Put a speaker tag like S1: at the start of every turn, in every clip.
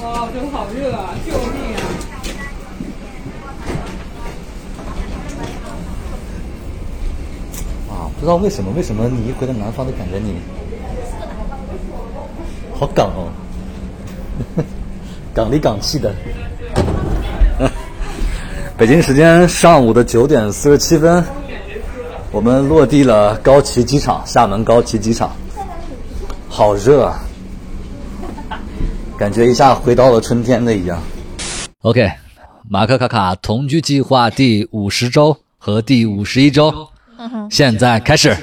S1: 我好热啊！救命啊！
S2: 啊，不知道为什么，为什么你一回到南方就感觉你好港哦，港里港气的。北京时间上午的九点四十七分，我们落地了高崎机场，厦门高崎机场。好热啊，感觉一下回到了春天的一样。OK，马克卡卡同居计划第五十周和第五十一周。现在开始。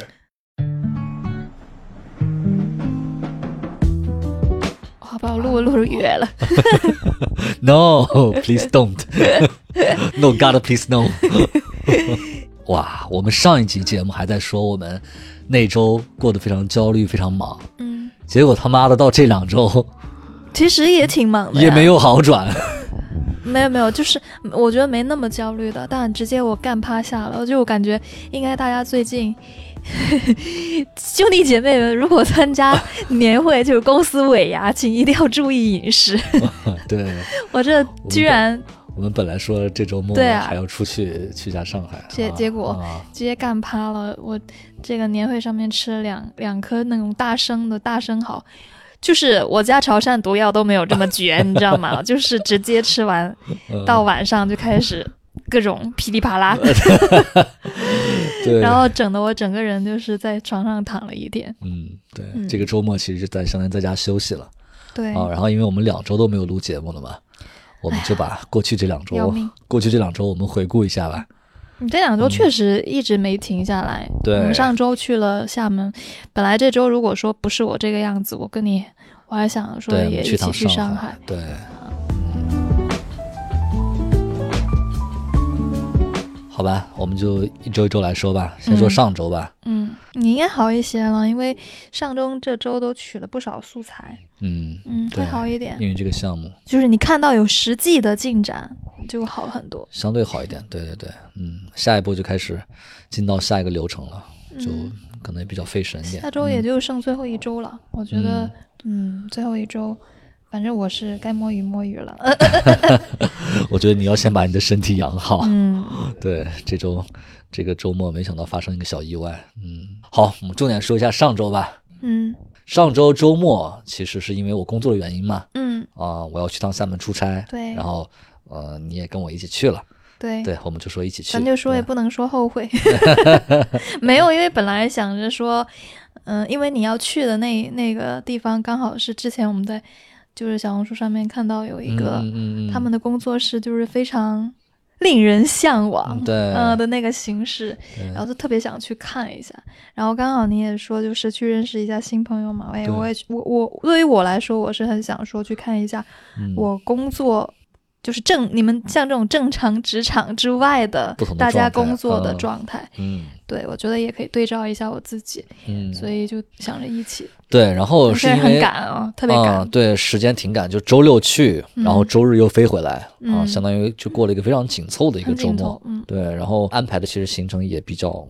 S3: 好吧，我录着录着约了。
S2: No, please don't. No, God, please no. 哇，我们上一集节目还在说我们那周过得非常焦虑、非常忙，
S3: 嗯，
S2: 结果他妈的到这两周
S3: 其实也挺忙的，
S2: 也没，有好转。
S3: 没有没有，就是我觉得没那么焦虑的，但直接我干趴下了。就我感觉，应该大家最近 兄弟姐妹们，如果参加年会，就是公司尾牙，请一定要注意饮食。
S2: 对
S3: 我这居然
S2: 我们本来说这周末
S3: 对啊
S2: 还要出去、去一下上海，
S3: 结
S2: 啊
S3: 结果
S2: 啊
S3: 直接干趴了。我这个年会上面吃了两两颗那种大生的大生蚝，就是我家潮汕毒药都没有这么绝，你知道 吗？就是直接吃完，到晚上就开始各种噼里啪 啦，
S2: 对，
S3: 然后整的我整个人就是在床上躺了一天。
S2: 嗯，对，
S3: 嗯
S2: 这个周末其实就在相当于在家休息了。
S3: 对，
S2: 啊，然后因为我们两周都没有录节目了嘛，我们就把过去这两
S3: 哎要
S2: 周
S3: 命，
S2: 过去这两周我们回顾一下吧。
S3: 你这两周确实一直没停下来。
S2: 对
S3: 我们上周去了厦门，本来这周如果说不是我这个样子，我跟你。我还想说
S2: 对，我
S3: 嗯也
S2: 们
S3: 一起
S2: 趟
S3: 去
S2: 上
S3: 上海，
S2: 对，好吧，我们就一周一周来说吧，先说
S3: 嗯
S2: 上周吧。
S3: 嗯，你应该好一些了，因为上周这周都取了不少素材，
S2: 嗯，
S3: 嗯，
S2: 对
S3: 会好一点。
S2: 因为这个项目
S3: 就是你看到有实际的进展，就好很多。
S2: 相对好一点，对对对，嗯，下一步就开始进到下一个流程了，就可能也比较费神一点。
S3: 嗯下周也就剩最后一周了，我觉得，嗯，最后一周，反正我是该摸鱼摸鱼 了。呃
S2: 我觉得你要先把你的身体养好。
S3: 嗯，
S2: 对，这周这个周末没想到发生一个小意外。嗯，好，我们重点说一下上周吧。
S3: 嗯
S2: 上周周末其实是因为我工作的原因嘛，
S3: 嗯，
S2: 啊、我要去趟厦门出差，
S3: 对
S2: 然后呃，你也跟我一起去了，
S3: 对。
S2: 对，我们就说一起去，
S3: 咱就说也
S2: 对
S3: 不能说后 悔， 没有，因为本来想着说，嗯、因为你要去的那那个地方刚好是之前我们在就是小红书上面看到有一个、
S2: 嗯嗯嗯嗯
S3: 他们的工作室就是非常令人向往，
S2: 嗯对
S3: 呃的那个形式，
S2: 对
S3: 然后就特别想去看一下。然后刚好你也说，就是去认识一下新朋友嘛，我也
S2: 对
S3: 我也去我我对于我来说，我是很想说去看一下
S2: 嗯
S3: 我工作。就是正你们像这种正常职场之外的
S2: 不同的
S3: 大家
S2: 状态
S3: 工作的
S2: 嗯
S3: 状态，
S2: 嗯
S3: 对我觉得也可以对照一下我自己，
S2: 嗯，
S3: 所以就想着一起。
S2: 对，然后是
S3: 但
S2: 因
S3: 很
S2: 为
S3: 赶啊，特别赶。
S2: 嗯，对，时间挺赶，就周六去，然后周日又飞回来，啊，
S3: 嗯
S2: 相当于就过了一个非常紧凑的一个
S3: 很
S2: 周
S3: 紧
S2: 末
S3: 凑，嗯
S2: 对，然后安排的其实行程也比较，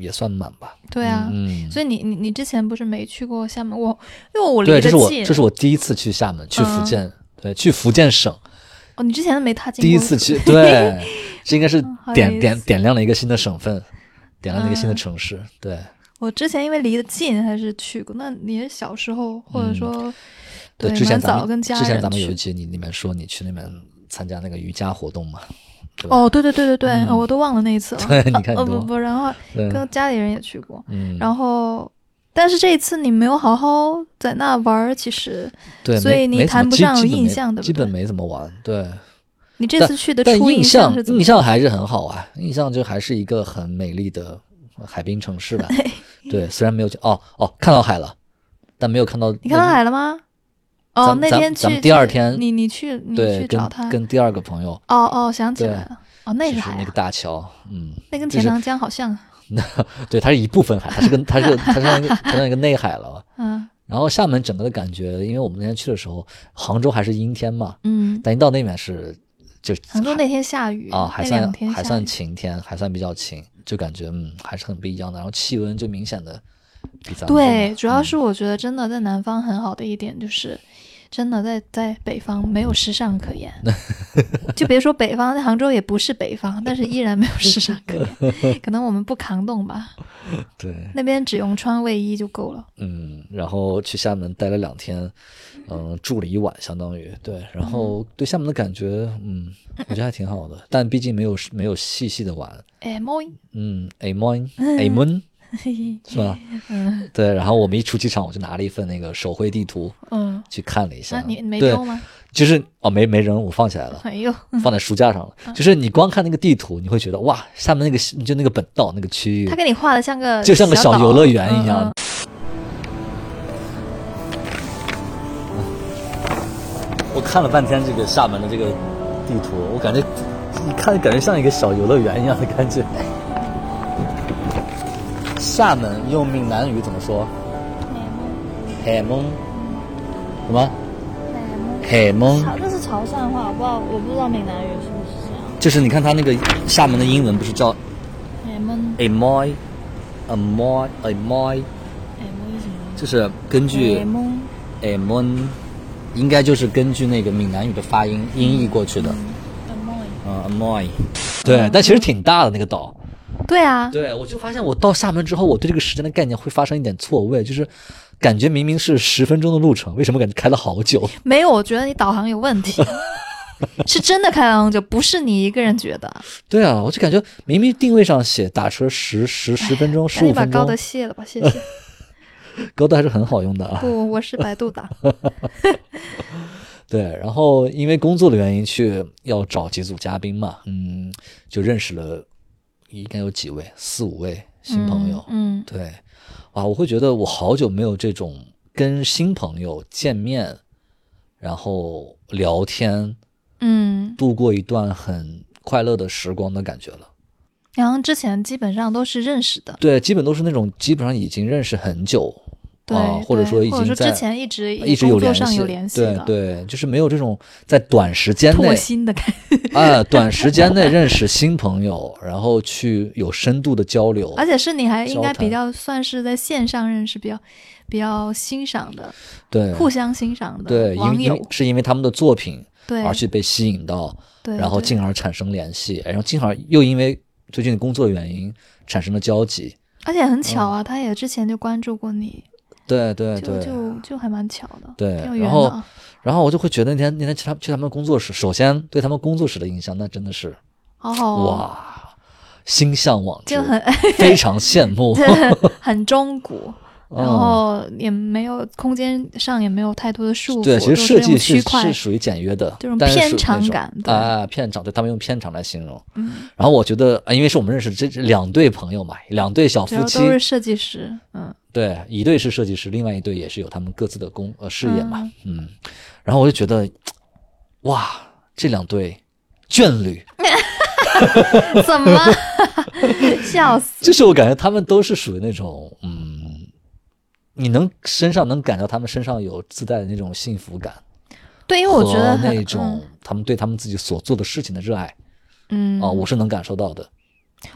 S2: 也算满吧，
S3: 对啊，
S2: 嗯，
S3: 所以你你你之前不是没去过厦门？我因为我离
S2: 对，
S3: 得
S2: 这是
S3: 近，
S2: 我这是我第一次去厦门，去福
S3: 嗯
S2: 建，对，去福建省
S3: 哦，你之前没踏进
S2: 第一
S3: 过
S2: 次去， 对，这应该是
S3: 好有
S2: 点
S3: 意
S2: 点
S3: 思嗯
S2: 点亮了一个新的省份，点亮了一个新的城市，对，
S3: 我之前因为离得近还是去过。那你是小时候或
S2: 嗯
S3: 者说、对
S2: 之前
S3: 蛮
S2: 咱
S3: 早
S2: 们
S3: 跟
S2: 之
S3: 家
S2: 前
S3: 人
S2: 咱们有一
S3: 去。
S2: 集你里面说你去那边参加那个瑜伽活动嘛，对吧？嗯
S3: 哦，对对对对对、哦我都忘了那一次了。
S2: 对你看
S3: 呃
S2: 你都
S3: 不不，然后
S2: 对
S3: 跟家里人也去过，
S2: 嗯，
S3: 然后。但是这一次你没有好好在那玩儿，其实
S2: 对，
S3: 所
S2: 没
S3: 以你
S2: 没怎么
S3: 谈不
S2: 基
S3: 上有
S2: 基本
S3: 印
S2: 没
S3: 象对不
S2: 基本
S3: 对
S2: 没怎么玩，对。
S3: 你这
S2: 但
S3: 次去的
S2: 但
S3: 初
S2: 印
S3: 象是怎么
S2: 印？象还是很好啊，印象就还是一个很美丽的海滨城市 吧。对，虽然没有去哦哦看到海了，但没有看到
S3: 你看到
S2: 那
S3: 海了吗？
S2: 咱
S3: 哦，
S2: 们
S3: 那
S2: 咱
S3: 天
S2: 咱们
S3: 去
S2: 第二天
S3: 你你去你
S2: 对
S3: 去
S2: 跟
S3: 找他，
S2: 跟第二个朋友，
S3: 哦哦想起
S2: 对
S3: 来了，哦那
S2: 就是是
S3: 海、啊
S2: 那个大桥，嗯，
S3: 那跟
S2: 就
S3: 钱
S2: 是
S3: 塘江好像啊，
S2: 对，它是一部分海，它是跟它是它像一个它像一个内海了。
S3: 嗯
S2: 然后厦门整个的感觉，因为我们那天去的时候，杭州还是阴天嘛，
S3: 嗯，
S2: 但一到那边是就
S3: 杭州那天下雨
S2: 啊，还
S3: 那
S2: 算
S3: 两天
S2: 还
S3: 下
S2: 算
S3: 雨
S2: 晴天，还算比较晴，就感觉嗯还是很不一样的。然后气温就明显的比咱们这边嗯
S3: 对，主要是我觉得真的在南方很好的一点就是，真的在在北方没有时尚可 言，就别说北方，在杭州也不是北方，但是依然没有时尚可 言，可能我们不抗冻吧，
S2: 对，
S3: 那边只用穿卫衣就够了。
S2: 嗯，然后去厦门待了两天，嗯，住了一晚，相当于对，然
S3: 嗯
S2: 后对厦门的感觉，嗯，我觉得还挺好的，但毕竟没有没有细细的玩，
S3: 哎，猫音，
S2: 嗯，a mon a mon 是吧？
S3: 嗯
S2: 对，然后我们一出机场，我就拿了一份那个手绘地图
S3: 嗯，
S2: 去看了一
S3: 那
S2: 下，
S3: 你没
S2: 对
S3: 丢，吗？
S2: 就是哦，没没人，我放起来了。
S3: 哎呦，
S2: 放在书架上了，就是你光看那个地图，你会觉得哇，厦门那个就那个本道那个区域
S3: 他，给你画的像个
S2: 就像个小
S3: 岛
S2: 游乐园一样。
S3: 嗯嗯
S1: 嗯
S2: 我看了半天这个厦门的这个地图，我感觉你看着感觉像一个小游乐园一样的感觉。厦门用闽南语怎么说？海蒙，什么？海蒙，
S1: 潮，这是潮汕话，我不知道，我不知道闽南语是不是这样。
S2: 就是你看它那个厦门的英文不是叫
S1: 哎们
S2: a m o y a m o y a m o y
S1: 哎们什么？
S2: 就是根据
S1: 哎们
S2: a m o n 应该就是根据那个闽南语的发音音译过去的。
S1: 哎们
S2: 嗯 a m o y
S3: 嗯
S2: 对，但其实挺大的那个岛。
S3: 对啊，
S2: 对，我就发现我到厦门之后，我对这个时间的概念会发生一点错位，就是感觉明明是十分钟的路程，为什么感觉开了好久？
S3: 没有，我觉得你导航有问 题，是真的开完就不是你一个人觉得。
S2: 对啊，我就感觉明明定位上写打车十十十分钟、十
S3: 赶
S2: 五
S3: 紧哎把
S2: 分
S3: 高
S2: 钟
S3: 德，卸了吧，谢谢。
S2: 高德还是很好用的啊。
S3: 不，我是百度党。
S2: 对，然后因为工作的原因去要找几组嘉宾嘛，嗯，就认识了应该有几位，四五位新朋友。
S3: 嗯，嗯
S2: 对，啊，我会觉得我好久没有这种跟新朋友见面，然后聊天，
S3: 嗯，
S2: 度过一段很快乐的时光的感觉了。
S3: 然后之前基本上都是认识的，
S2: 对，基本都是那种基本上已经认识很久，
S3: 对，
S2: 啊，或者
S3: 对
S2: 说已
S3: 或者
S2: 经
S3: 说
S2: 在
S3: 之前一直
S2: 一直有
S3: 工
S2: 联
S3: 作
S2: 系，
S3: 上有联系
S2: 对
S3: 的，
S2: 对，就是没有这种在短时间
S3: 拓
S2: 内
S3: 新的感觉，
S2: 啊，短时间内认识新朋友，然后去有深度的交流，
S3: 而且是你还应
S2: 交
S3: 该
S2: 谈
S3: 比较算是在线上认识，比较比较欣赏的，
S2: 对
S3: 互相欣赏的
S2: 对，因为
S3: 网
S2: 因为
S3: 友，
S2: 是因为他们的作品
S3: 对，
S2: 而去被吸引到，
S3: 对，
S2: 然后
S3: 对
S2: 进而产生联系，然后进而又因为最近的工作原因产生了交集。
S3: 而且很巧啊，他也之前就关注过你，
S2: 对嗯对
S3: 就
S2: 对，
S3: 就就还蛮巧的，
S2: 对
S3: 挺有
S2: 然
S3: 缘
S2: 后
S3: 的啊。
S2: 然后我就会觉得那天那天去他去他们工作室，首先对他们工作室的印象，那真的是
S3: 好好哦，
S2: 哇，心向往之
S3: 就，很
S2: 非常羡 慕。
S3: 很中古，
S2: 哦
S3: 然后也没有空间上也没有太多的束缚，
S2: 对，其实
S3: 都是
S2: 设计
S3: 用
S2: 是
S3: 区块
S2: 是，属于简约的，
S3: 这种
S2: 但是
S3: 片
S2: 属于那
S3: 场
S2: 种
S3: 感对嗯
S2: 啊，片场，对他们用片场来形容。然后我觉得，啊因为是我们认识这这两对朋友嘛，两对小夫
S3: 主要
S2: 妻
S3: 都，是设计师，嗯，
S2: 对，一对是设计师，另外一对也是有他们各自的工呃事业嘛，嗯然后我就觉得，哇，这两对眷侣，
S3: 怎么 笑死？
S2: 就是我感觉他们都是属于那种，嗯，你能身上能感到他们身上有自带的那种幸福感，
S3: 对，因为
S2: 和
S3: 我觉得很
S2: 那种、他们对他们自己所做的事情的热爱
S3: 嗯，
S2: 啊、
S3: 嗯
S2: 我是嗯能感受到的。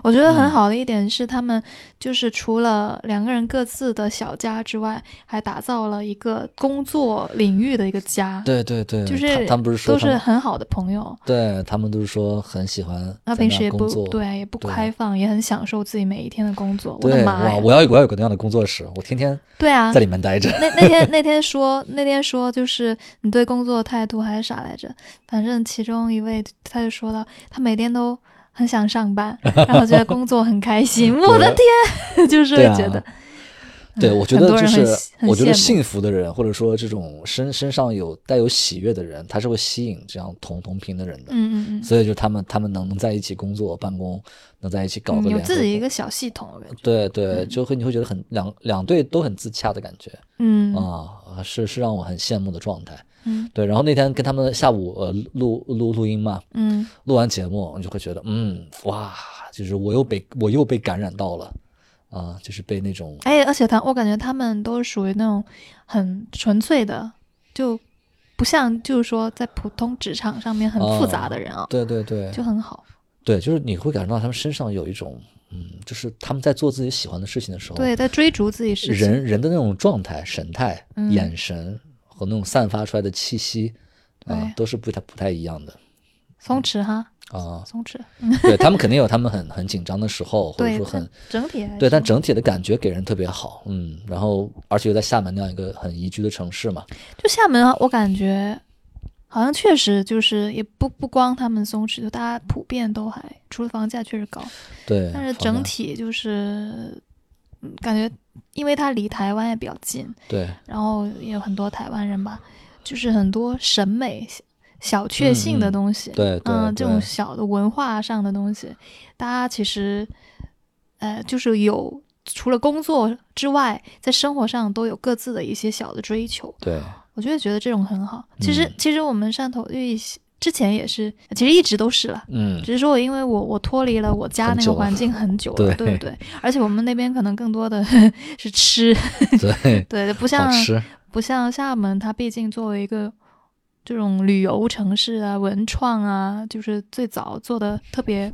S3: 我觉得很好的一点是，他们就是除了两个人各自的小家之外，还打造了一个工作领域的一个家，
S2: 对对对，
S3: 就
S2: 他
S3: 是
S2: 他们不是说
S3: 都
S2: 他
S3: 是
S2: 们
S3: 很好的朋友。
S2: 对他们都是说很喜欢
S3: 他
S2: 在
S3: 平
S2: 那
S3: 时也
S2: 工
S3: 不
S2: 作
S3: 对，也不
S2: 对
S3: 开放，也很享受自己每一天的工作。我
S2: 对
S3: 的妈
S2: 哇，
S3: 呀！
S2: 我要有我要有个那样的工作室，我天天
S3: 对啊，
S2: 在里面待着。
S3: 那那天那天说那天说就是你对工作的态度还是啥来着？反正其中一位他就说到，他每天都很想 上班，然后觉得工作很开心。我的天， 就是会
S2: 对啊
S3: 觉得，
S2: 对， 我觉
S3: 嗯很
S2: 得
S3: 多
S2: 就
S3: 人
S2: 是
S3: 很喜很
S2: 我觉
S3: 羡
S2: 得
S3: 慕
S2: 幸福的人，或者说这种身身上有带有喜悦的人，他是会吸引这样同同频的人的。
S3: 嗯嗯
S2: 所以就他们他们能能在一起工作办公，能在一起搞
S3: 嗯
S2: 个
S3: 嗯，有
S2: 联
S3: 自
S2: 合
S3: 己一
S2: 国
S3: 个嗯小系统，我感觉，
S2: 对对，就会你会觉得很两两队都很自洽的感觉
S3: 嗯
S2: 啊、是是让我很羡慕的状态。
S3: 嗯
S2: 对，然后那天跟他们下午呃录录录音嘛，
S3: 嗯，
S2: 录完节目，你就会觉得，嗯，哇，就是我又被我又被感染到了，啊、就是被那种，
S3: 哎，而且他我感觉他们都是属于那种很纯粹的，就不像就是说在普通职场上面很复杂的人啊，
S2: 对对对，
S3: 就很好。
S2: 对，就是你会感受到他们身上有一种，嗯，就是他们在做自己喜欢的事情的时候，
S3: 对，在追逐自己事情。嗯
S2: 人人的那种状态、神态、眼神和那种散发出来的气息啊
S3: 对，
S2: 都是不太不太一样的
S3: 松弛哈，。
S2: 啊
S3: 松弛，
S2: 对他们肯定有他们很很紧张的时候，或者
S3: 对，
S2: 说
S3: 它
S2: 很
S3: 整体来
S2: 对，但
S3: 说
S2: 整体的感觉给人特别好，嗯。然后而且又在厦门那样一个很宜居的城市嘛，
S3: 就厦门啊，我感觉好像确实就是也不不光他们松弛，就大家普遍都还，除了房价确实高，
S2: 对。
S3: 但是
S2: 哎房
S3: 整
S2: 价
S3: 体就是嗯感觉，因为它离台湾也比较近，
S2: 对
S3: 然后也有很多台湾人吧，就是很多审美小小确幸
S2: 嗯
S3: 的
S2: 嗯
S3: 东西，
S2: 对对
S3: 嗯，这种
S2: 对
S3: 小的文化上的东西，大家其实呃就是有。除了工作之外，在生活上都有各自的一些小的追求，
S2: 对
S3: 我就会觉得这种很好。其实，
S2: 嗯
S3: 其实我们汕头玉之前也是，其实一直都是了。
S2: 嗯
S3: 只是说，我因为我我脱离了我家
S2: 很
S3: 那
S2: 久
S3: 个
S2: 了
S3: 环境很久了，
S2: 对
S3: 对不对？而且我们那边可能更多的 是吃，，
S2: 对
S3: 对，不
S2: 好
S3: 像
S2: 吃
S3: 不像厦门，它毕竟作为一个这种旅游城市啊、文创啊，就是最早做的特别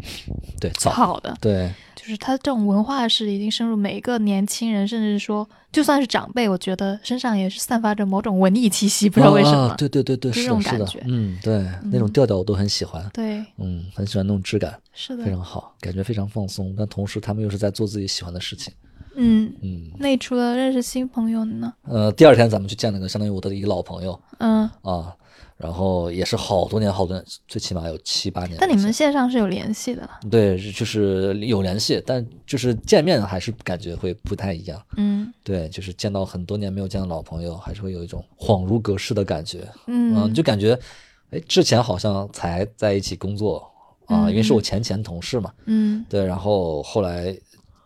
S2: 对早
S3: 好的，
S2: 对
S3: 就是它这种文化是已经深入每一个年轻人，甚至说就算是长辈，我觉得身上也是散发着某种文艺气息，不知道为什么。
S2: 啊对对对对，
S3: 就是这种
S2: 的，是的
S3: 感觉，
S2: 嗯，对，那种
S3: 嗯
S2: 调调我都很喜欢，
S3: 对，
S2: 嗯，很喜欢那种质感，
S3: 是
S2: 非
S3: 的，
S2: 常好，感觉非常放松，但同时他们又是在做自己喜欢的事情，
S3: 嗯。
S2: 嗯，
S3: 那你除了认识新朋友呢？
S2: 呃，第二天咱们去见了个相当于我的一个老朋友
S3: 嗯，
S2: 啊，然后也是好多年好多年，最起码有七八年了。
S3: 但你们线上是有联系的了。
S2: 对，就是有联系，但就是见面还是感觉会不太一样。
S3: 嗯
S2: 对，就是见到很多年没有见的老朋友，还是会有一种恍如隔世的感觉。
S3: 嗯
S2: 嗯，就感觉，哎，之前好像才在一起工作啊，因为是我前前同事嘛，
S3: 嗯，
S2: 对，然后后来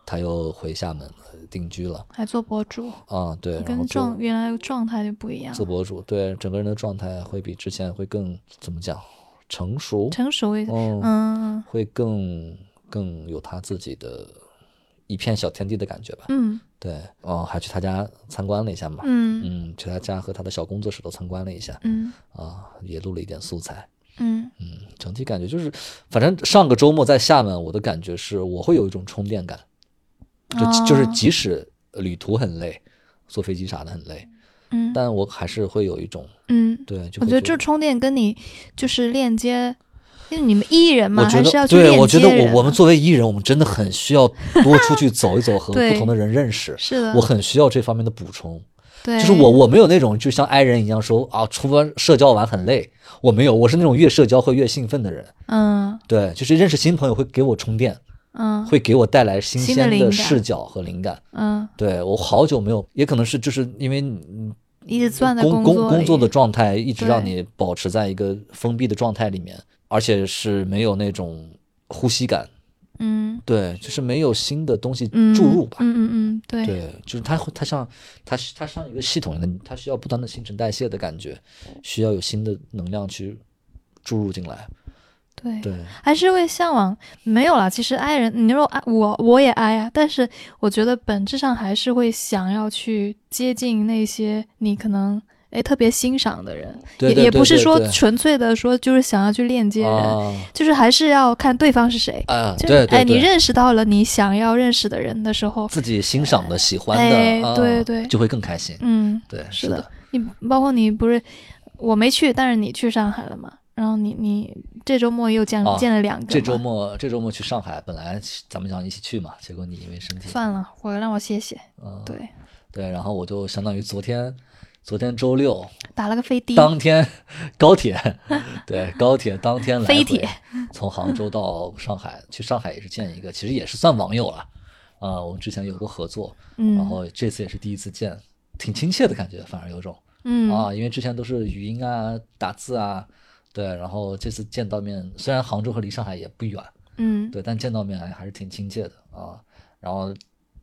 S2: 他又回厦门定居了
S3: 还做博主，
S2: 啊，对，然后
S3: 跟啊
S2: 做
S3: 状原来状态就不一样
S2: 做，博主，对，整个人的状态会比之前会更怎么讲，成熟，
S3: 成熟一些。
S2: 嗯，
S3: 嗯
S2: 会更更有他自己的一片小天地的感觉吧，
S3: 嗯
S2: 对，哦，还去他家参观了一下嘛，
S3: 嗯
S2: 嗯，去他家和他的小工作室都参观了一下
S3: 嗯
S2: 啊，也录了一点素材。
S3: 嗯
S2: 嗯，整体感觉就是，反正上个周末在厦门，我的感觉是我会有一种充电感，就、就是
S3: 哦
S2: 即使旅途很累，坐飞机啥的很累，
S3: 嗯
S2: 但我还是会有一种
S3: 嗯，
S2: 对，就
S3: 我
S2: 会
S3: 觉得这充电跟你就是链接，因为你们 E 人嘛，
S2: 我觉
S3: 还是要
S2: 得
S3: 去链接
S2: 对，
S3: 人
S2: 我觉得我我们
S3: 的
S2: 作为艺人，我们真的很需 要多出去走一走，和不
S3: 对
S2: 同的人认识。
S3: 是的，
S2: 我很需要这方面的补充，
S3: 对，
S2: 就是我我没有那种就像 i 人一样说啊，出完社交完很累，我没有，我是那种越社交会越兴奋的人。
S3: 嗯
S2: 对，就是认识新朋友会给我充电，
S3: 嗯
S2: 会给我带来新
S3: 新的
S2: 鲜
S3: 灵
S2: 的
S3: 感
S2: 视角和灵感。
S3: 嗯，
S2: 对我好久没有，也可能是就是因为嗯
S3: 一直钻在
S2: 工
S3: 工
S2: 工工作
S3: 作
S2: 的
S3: 里，
S2: 状态一直让
S3: 对
S2: 你保持在一个封闭的状态里面，而且是没有那种呼吸感，
S3: 嗯
S2: 对，就是没有新的东西
S3: 嗯，
S2: 注入吧。
S3: 嗯嗯嗯，对，
S2: 对，就是它会，它像，它是它像一个系统一样，它需要不断的新陈代谢的感觉，需要有新的能量去注入进来。
S3: 对
S2: 对，
S3: 还是会向往，没有啦。其实爱人，你说爱我，我也爱啊，但是我觉得本质上还是会想要去接近那些你可能哎特别欣赏的人，
S2: 对对
S3: 也也
S2: 对
S3: 不是
S2: 对
S3: 说
S2: 对
S3: 纯粹的说就是想要去链接人，
S2: 啊
S3: 就是还是要看对方是谁。
S2: 啊，
S3: 就
S2: 对对
S3: 哎，你
S2: 对
S3: 认识到了你想要认识的人的时候，
S2: 自己欣赏的、喜欢的，
S3: 哎
S2: 啊
S3: 对对
S2: 就会更开心。
S3: 嗯，
S2: 对，
S3: 是
S2: 的，
S3: 的你包括你不是我没去，但是你去上海了嘛？然后你你这周末又见、
S2: 啊
S3: 见了两个嘛，
S2: 这周末这周末去上海，本来咱们想一起去嘛，结果你因为身体，
S3: 算了，我让我歇歇，
S2: 嗯，
S3: 对。
S2: 对，然后我就相当于昨天，昨天周六
S3: 打了个飞的，
S2: 当天高铁， 对高铁当天来
S3: 飞
S2: 回
S3: 铁
S2: 从杭州到上海，去上海也是见一个，其实也是算网友了，啊、我们之前有过合作，
S3: 嗯
S2: 然后这次也是第一次见，挺亲切的感觉，反而有种。
S3: 嗯
S2: 啊，因为之前都是语音啊、打字啊，对，然后这次见到面，虽然杭州和离上海也不远，
S3: 嗯，
S2: 对，但见到面哎还是挺亲切的啊，然后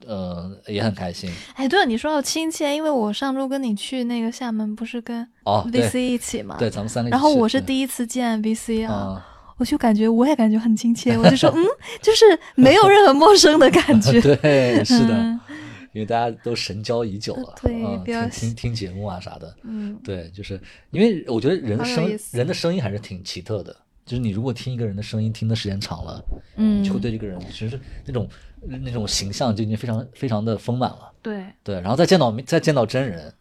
S2: 呃也很开心
S3: 哎，对了，你说到亲切，因为我上周跟你去那个厦门，不是跟
S2: 哦，
S3: VC
S2: 对
S3: 一起嘛，
S2: 对，咱们三个一起去，
S3: 然后我是
S2: 一
S3: 第一次见 VC 啊，
S2: 啊，
S3: 我就感觉我也感觉很亲切， 我就说嗯，就是没有任何陌生的 感觉，
S2: 对，是的，
S3: 嗯呃
S2: 因为大家都神交已久了，
S3: 对
S2: 啊
S3: 比较
S2: 听听听节目啊啥的，
S3: 嗯，
S2: 对，就是因为我觉得人的
S3: 好有
S2: 声
S3: 意思
S2: 人的声音还是挺奇特的，就是你如果听一个人的声音听的时间长了，
S3: 嗯
S2: 就会对这个人其实那种那种形象就已经非常非常的丰满了。
S3: 对，
S2: 对，然后再见到再见到真人，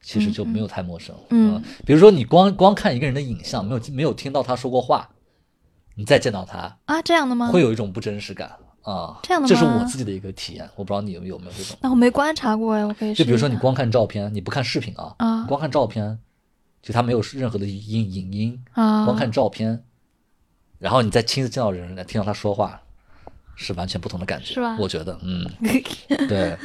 S2: 其实就没有太陌生。
S3: 嗯
S2: 呃比如说你光光看一个人的影像，没有没有听到他说过话，你再见到他，
S3: 啊，这样的吗？
S2: 会有一种不真实感啊。
S3: 这样的
S2: 这是
S3: 吗
S2: 我自己的一个体验，我不知道你有有没有这种。
S3: 那我没观察过哎，我可以
S2: 就
S3: 试一下。
S2: 比如说你光看照片，你不看视频啊，
S3: 啊
S2: 你光看照片，就他没有任何的影影音，
S3: 啊，
S2: 光看照片，然后你再亲自见到人，来听到他说话，是完全不同的感觉，
S3: 是吧
S2: 我觉得， 嗯，对，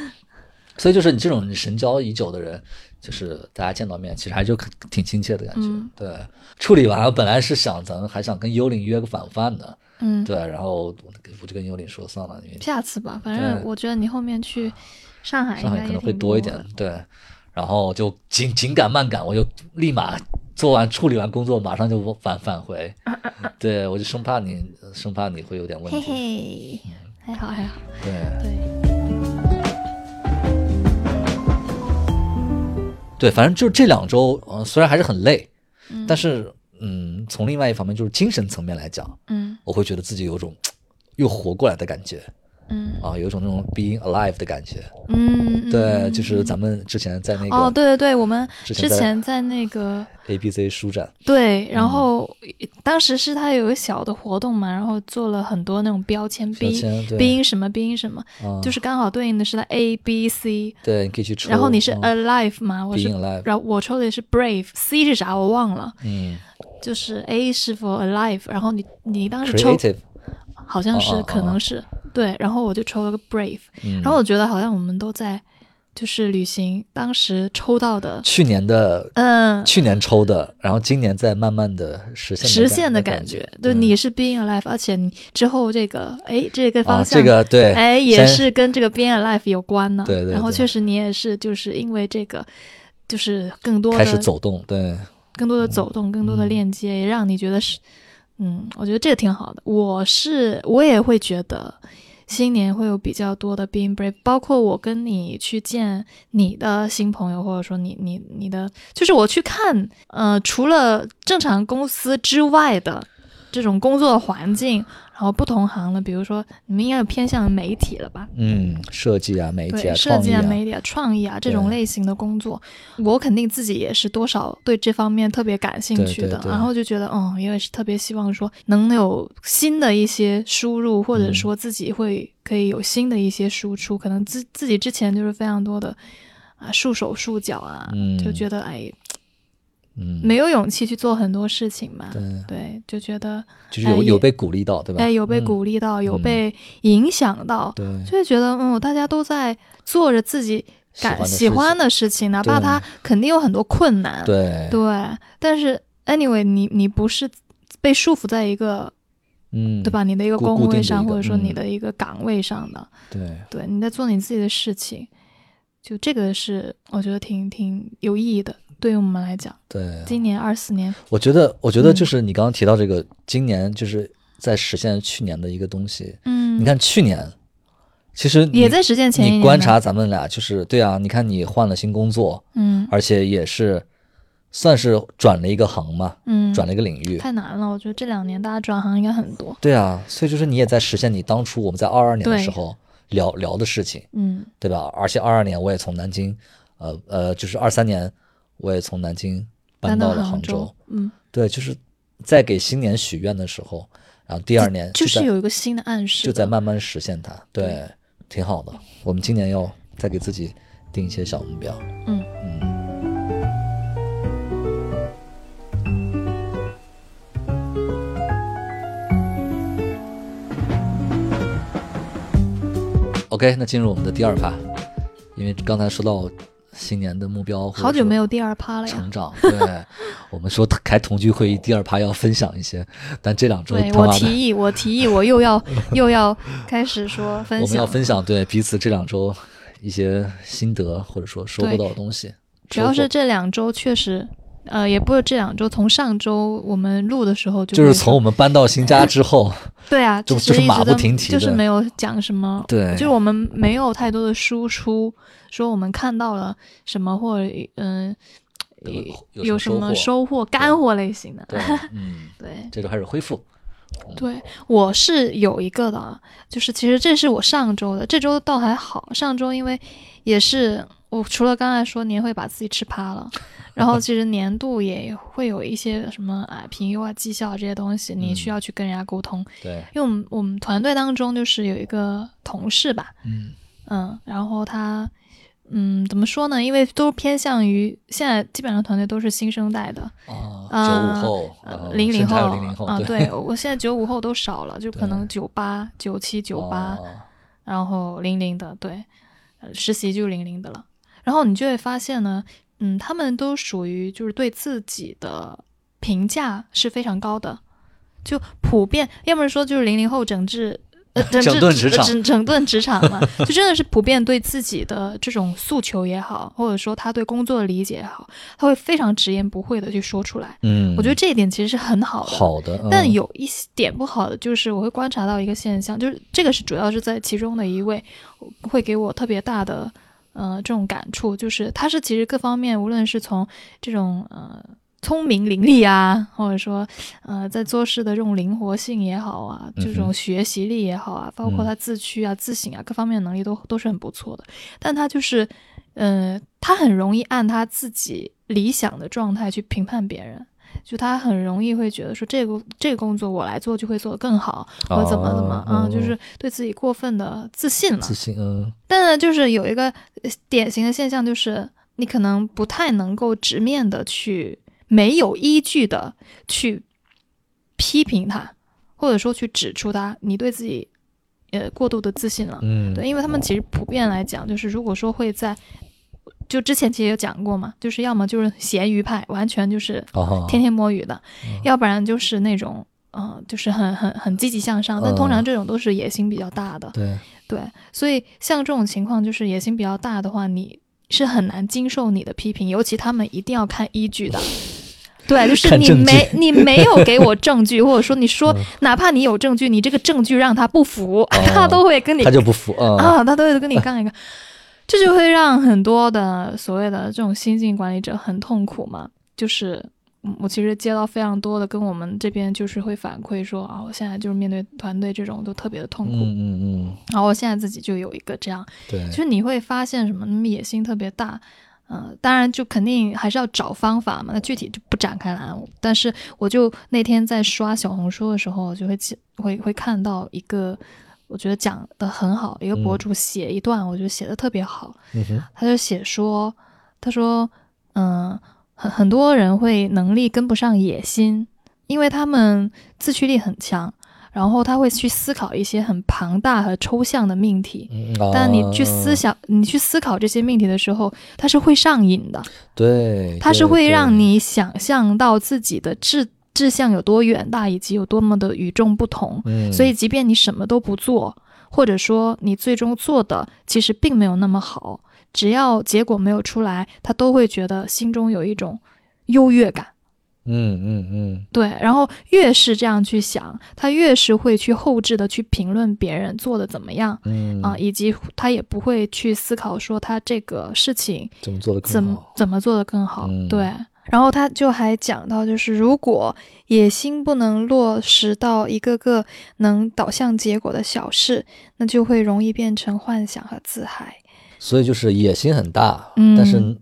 S2: 所以就是你这种神交已久的人，就是大家见到面，其实还就挺亲切的感觉。
S3: 嗯
S2: 对，处理完了本来是想咱们还想跟幽灵约个晚饭的，
S3: 嗯，
S2: 对，然后我我就跟幽灵说算了，因为
S3: 下次吧，反正
S2: 对
S3: 我觉得你后面去上海应
S2: 上海
S3: 该
S2: 可
S3: 哎也
S2: 能会
S3: 挺
S2: 多一
S3: 的
S2: 点，对。然后就紧紧赶慢赶，我就立马做完处理完工作，马上就返返回。 对，我就生怕你生怕你会有点问
S3: 嗯嘿
S2: 题。
S3: 嘿，还好还好，
S2: 对
S3: 对，
S2: 对，反正就这两周，呃，虽然还是很累，但是嗯，从另外一方面就是精神层面来讲，
S3: 嗯
S2: 我会觉得自己有种嘖又活过来的感觉
S3: 嗯
S2: 啊，有一种那种 being alive 的感觉。
S3: 嗯，
S2: 对，
S3: 嗯
S2: 就是咱们之前在那
S3: 哦，
S2: 个
S3: 对对对，我们
S2: 之
S3: 之
S2: 前在嗯
S3: 前在那个
S2: ABC 书展，
S3: 对，然后当时是他有个小的活动嘛，然后做了很多那种标签，
S2: 标签对
S3: 冰什么冰什么，
S2: 啊
S3: 就是刚好对应的是他 A B C，
S2: 对，你可以去抽。
S3: 然后你是
S2: 嗯
S3: alive 嘛，我是
S2: Being alive，
S3: 然后我抽的是 brave，C 是啥我忘了，
S2: 嗯
S3: 就是 A 是 for alive，然后你你当时抽
S2: ，creative，
S3: 好像是
S2: 哦哦哦
S3: 可能是对，然后我就抽了个 brave，
S2: 嗯
S3: 然后我觉得好像我们都在就是旅行，当时抽到的，
S2: 去年的
S3: 嗯，
S2: 去年抽的，然后今年在慢慢的实现
S3: 实现的
S2: 感嗯
S3: 感觉。对，你是 being alive，而且你之后这个，哎，这个方
S2: 啊，
S3: 向，
S2: 这个对，
S3: 哎，也
S2: 先
S3: 是跟这个 being alive 有关呢。
S2: 对对对
S3: 然后确实你也是，就是因为这个，就是更多
S2: 开始
S3: 的、
S2: 走嗯动，对，
S3: 更多的走动、更多的链接，也让你觉得是，嗯，我觉得这个挺好的。我是我也会觉得。新年会有比较多的 being brave，包括我跟你去见你的新朋友，或者说你你你的，就是我去看，呃，除了正常公司之外的这种工作环境，然后不同行了，比如说你们应该有偏向媒体了吧？
S2: 嗯，设计啊，媒体
S3: 对，
S2: 啊，
S3: 设
S2: 创
S3: 计
S2: 意
S3: 啊、
S2: 啊，
S3: 媒体啊、创意啊这种
S2: 对
S3: 类型的工作，我肯定自己也是多少对这方面特别感兴趣的，
S2: 对对对
S3: 然后就觉得，嗯，也是特别希望说能有新的一些输入，或
S2: 嗯
S3: 者说自己会可以有新的一些输出，可能自自己之前就是非常多的啊束手束脚啊，
S2: 嗯
S3: 就觉得哎
S2: 嗯，
S3: 没有勇气去做很多事情嘛，
S2: 对，
S3: 对，就觉得
S2: 就是有
S3: 哎
S2: 有被鼓励到，对吧？
S3: 哎有被
S2: 嗯，
S3: 鼓励到，有被影响到，
S2: 对，
S3: 就会觉得，嗯，大家都在做着自己感喜
S2: 喜
S3: 欢
S2: 欢
S3: 的事情，哪怕
S2: 对
S3: 他肯定有很多困难，
S2: 对，
S3: 对但是 anyway，你你不是被束缚在一个、
S2: 嗯，
S3: 对？吧？你的一个
S2: 固
S3: 工
S2: 固定
S3: 位
S2: 的
S3: 上，
S2: 一个
S3: 或者说你
S2: 嗯
S3: 的一个岗位上的，
S2: 对，
S3: 对，你在做你自己的事情，就这个是我觉得挺挺有意义的，对于我们来讲，
S2: 对，
S3: 今年二四年，
S2: 我觉得，我觉得
S3: 嗯
S2: 就是你刚刚提到这个，今年就是在实现去年的一个东西。
S3: 嗯，
S2: 你看去年，其实
S3: 也
S2: 你
S3: 在实践前一年
S2: 你
S3: 吧
S2: 观察，咱们俩就是对啊，你看你换了新工作，
S3: 嗯
S2: 而且也是算是转了一个行嘛，
S3: 嗯，
S2: 转了一个领域。
S3: 太难了，我觉得这两年大家转行应该很多，
S2: 对啊，所以就是你也在实现你当初我们在二二年的
S3: 对
S2: 时候聊聊的事情，
S3: 嗯
S2: 对吧？而且二二年我也从南京，呃呃，就是二三年我也从南京搬
S3: 搬
S2: 到
S3: 到
S2: 了
S3: 杭
S2: 州。
S3: 嗯，
S2: 对，就是在给新年许愿的时候，然后第二年
S3: 就
S2: 在
S3: 是有一个新的暗示的，
S2: 就在慢慢实现它，对，
S3: 对
S2: 挺好的。我们今年要再给自己定一些小目标。
S3: 嗯
S2: 嗯。OK，那进入我们的第二趴，因为刚才说到新年的目标，
S3: 好久没
S2: 有。
S3: 有第二趴了呀
S2: 成。长，对 我们说开同居会议第二趴要分享一些，但这两周
S3: 对
S2: 他
S3: 我
S2: 妈的
S3: 提议，我提议，我 又要又要开始说分
S2: 我们要
S3: 享，
S2: 分享对彼此这两周一些心得，或者说收获
S3: 对
S2: 到的东西。
S3: 主要
S2: 收
S3: 是
S2: 获
S3: 这两周确实，呃，也不是这两周，从上周我们录的时候就
S2: 就
S3: 会
S2: 是
S3: 说
S2: 从我们搬到新家之 后，
S3: 对啊，
S2: 就
S3: 其
S2: 就
S3: 实
S2: 是
S3: 一直
S2: 马不
S3: 都
S2: 停蹄
S3: 就是
S2: 的
S3: 没有讲什么，
S2: 对
S3: 就是我们没有太多的输出，说我们看到了什么或者嗯、
S2: 有
S3: 有
S2: 什
S3: 什
S2: 么
S3: 么
S2: 收
S3: 收获，干货类型的，
S2: 对，嗯，
S3: 对
S2: 这周开始恢复，
S3: 对，我是有一个的，啊，就是其实这是我上周的，这周倒还好。上周因为也是我除了刚才说年会把自己吃趴了，然后其实年度也会有一些什么啊评优啊绩效这些东西，你需要去跟人家沟通。
S2: 对，
S3: 因为我们我们团队当中就是有一个同事吧，
S2: 嗯
S3: 嗯，然后他，嗯，怎么说呢？因为都偏向于现在基本上团队都是新生代的，
S2: 啊，九
S3: 啊
S2: 五后
S3: 呃，
S2: 呃，
S3: 零零后
S2: 零零后
S3: 啊，
S2: 对，
S3: 对我现在九五后都少了，就可能九八、九七、九八，
S2: 哦
S3: 然后零零的，对，呃实习就是零零的了。然后你就会发现呢，嗯，他们都属于就是对自己的评价是非常高的，就普遍，要么说就是零零后整治。呃，整治
S2: 整顿职场
S3: 整整顿职场嘛，就真的是普遍对自己的这种诉求也好，或者说他对工作的理解也好，他会非常直言不讳的去说出来。
S2: 嗯，
S3: 我觉得这一点其实是很好的。
S2: 好的，嗯
S3: 但有一些点不好的就是，我会观察到一个现象，就是这个是主要是在其中的一位会给我特别大的呃这种感触，就是他是其实各方面，无论是从这种呃聪明伶俐啊，或者说呃在做事的这种灵活性也好啊，
S2: 嗯哼嗯
S3: 这种学习力也好啊，包括他自驱啊、自省啊各方面的能力都都是很不错的，但他就是嗯、呃他很容易按他自己理想的状态去评判别人。就他很容易会觉得说这个这个工作我来做就会做得更好，或者怎么怎么
S2: 哦
S3: 啊、就是对自己过分的自信了
S2: 自。信，嗯
S3: 但呢，就是有一个呃典型的现象，就是你可能不太能够直面的去没有依据的去批评他，或者说去指出他你对自己呃过度的自信了。
S2: 嗯，
S3: 对，因为他们其实普遍来讲，就是如果说会在，就之前其实有讲过嘛，就是要么就是咸鱼派，完全就是
S2: 哦，
S3: 天天摸鱼的，要不然就是那种，呃，就是很很很积极向上，但通常这种都是野心比较大的，
S2: 嗯对，
S3: 对，所以像这种情况，就是野心比较大的话，你是很难经受你的批评，尤其他们一定要看依 据的。对，就是
S2: 看
S3: 你
S2: 证据嗯
S3: 没你没有给我 证据，或者说你说哪怕你有证据，你这个证据让他不服， 他都会跟你
S2: 哦他就不服啊，
S3: 啊，他都会跟你杠一杠， 这就会让很多的所谓的这种新晋管理者很痛苦嘛。就是嗯我其实接到非常多的跟我们这边就是会反馈说啊，我现在就是面对团队这种都特别的痛
S2: 嗯
S3: 苦，
S2: 嗯嗯，
S3: 然后我现在自己就有一个这样，
S2: 对
S3: 就，是你会发现什么，那么野心特别大。呃，当然就肯定还是要找方法嘛，那具体就不展开来。但是我就那天在刷小红书的时候，就会记会会看到一个，我觉得讲的很好，一个博
S2: 嗯
S3: 主写一段，我觉得写的特别好。
S2: 嗯哼，
S3: 他就写说，他说，嗯、很很多人会能力跟不上野心，因为他们自驱力很强，然后他会去思考一些很庞大和抽象的命题。
S2: 嗯啊
S3: 但你去思想，你去思考这些命题的时候，它是会上瘾的，
S2: 对，
S3: 它是
S2: 对
S3: 会
S2: 对
S3: 让你想象到自己的志志向有多远大，以及有多么的与众不同。
S2: 嗯，
S3: 所以，即便你什么都不做，或者说你最终做的其实并没有那么好，只要结果没有出来，他都会觉得心中有一种优越感。
S2: 嗯嗯嗯，
S3: 对，然后越是这样去想，他越是会去后置的去评论别人做的怎么样，
S2: 嗯
S3: 啊，，以及他也不会去思考说他这个事情
S2: 怎么做的更
S3: 怎么
S2: 好？
S3: 怎么做得更好。
S2: 嗯
S3: 对，然后他就还讲到，就是如果野心不能落实到一个个能导向结果的小事，那就会容易变成幻想和自嗨。
S2: 所以就是野心很大，
S3: 嗯
S2: 但是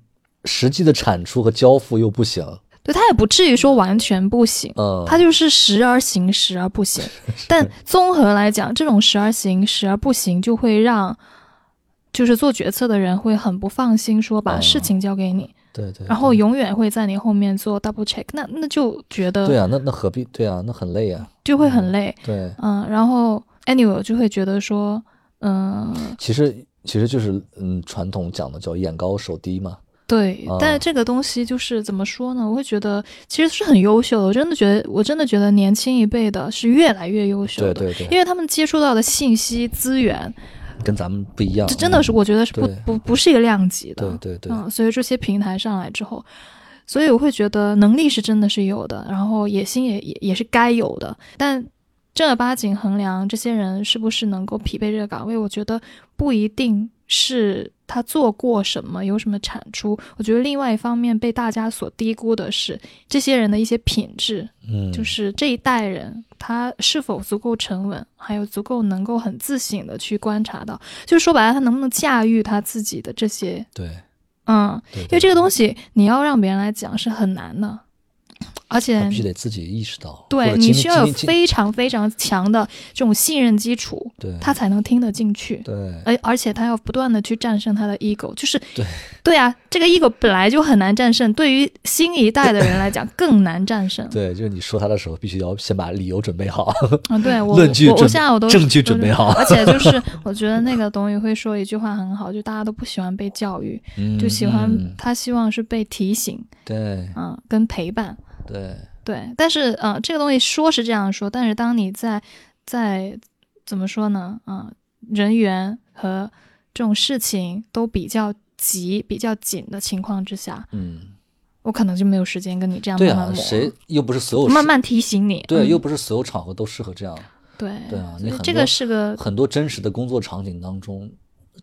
S2: 实际的产出和交付又不行，
S3: 对他也不至于说完全不行，
S2: 嗯，
S3: 他就是时而行，时而不行。但综合来讲，这种时而行，时而不行，就会让就是做决策的人会很不放心，说把
S2: 哦
S3: 事情交给你。
S2: 对对，
S3: 然后永远会在你后面做 double check，那那就觉
S2: 对对
S3: 得
S2: 啊，那那何必？对啊，那很累啊，
S3: 就会很累，
S2: 对，
S3: 嗯，然后 anyway 我就会觉得说，嗯，
S2: 其实其实就是嗯，传统讲的叫眼高手低嘛，
S3: 对
S2: 哦，
S3: 但是这个东西就是怎么说呢？我会觉得其实是很优秀的，我真的觉得，我真的觉得年轻一辈的是越来越优秀
S2: 对
S3: 的，
S2: 对对，
S3: 因为他们接触到的信息资源，
S2: 跟咱们不一样，
S3: 这真的是
S2: 嗯
S3: 我觉得是不
S2: 对
S3: 不不是一个量级的，
S2: 对对对，
S3: 嗯，所以这些平台上来之后，所以我会觉得能力是真的是有的，然后野心也也也是该有的，但正儿八经衡量这些人是不是能够匹配这个岗位，我觉得不一定是他做过什么，有什么产出。我觉得另外一方面被大家所低估的是这些人的一些品质，
S2: 嗯，
S3: 就是这一代人他是否足够沉稳，还有足够能够很自省的去观察到，就是说白了，他能不能驾驭他自己的这些
S2: 对
S3: 嗯，
S2: 对对
S3: 因为这个东西你要让别人来讲是很难的，而且
S2: 他必须得自己意识到，或
S3: 对
S2: 者
S3: 你
S2: 经历
S3: 需要有
S2: 经历经
S3: 非常非常强的这种信任基础，
S2: 对
S3: 他才能听得进去。
S2: 嗯
S3: 哎
S2: 对
S3: 而而且他要不断的去战胜他的 ego，就是
S2: 对
S3: 对啊，这个 ego 本来就很难战胜，对于新一代的人 来讲更难战胜。
S2: 对，就是你说他的时候，必须要先把理由准备 好。
S3: 啊，对我
S2: 论据
S3: 我我
S2: 准
S3: 现在我都
S2: 证据准备好
S3: 都是而 且就是我觉得那个董宇辉说一句话很好，就大家都不喜欢被教育，
S2: 嗯
S3: 就喜欢、
S2: 嗯
S3: 他希望是被提醒，
S2: 对
S3: 嗯、跟陪伴。
S2: 对，
S3: 对，但是嗯、呃这个东西说是这样说，但是当你在在怎么说呢？嗯、人员和这种事情都比较急、比较紧的情况之下，
S2: 嗯，
S3: 我可能就没有时间跟你这样
S2: 对
S3: 慢慢
S2: 啊，
S3: 磨，
S2: 谁又不是所有
S3: 慢
S2: 事
S3: 慢提醒你。
S2: 对，
S3: 嗯
S2: 又不是所有场合都适合这样。
S3: 对
S2: 对啊
S3: 所
S2: 你
S3: 以
S2: 很
S3: 这
S2: 多
S3: 个是个
S2: 很多真实的工作场景当中，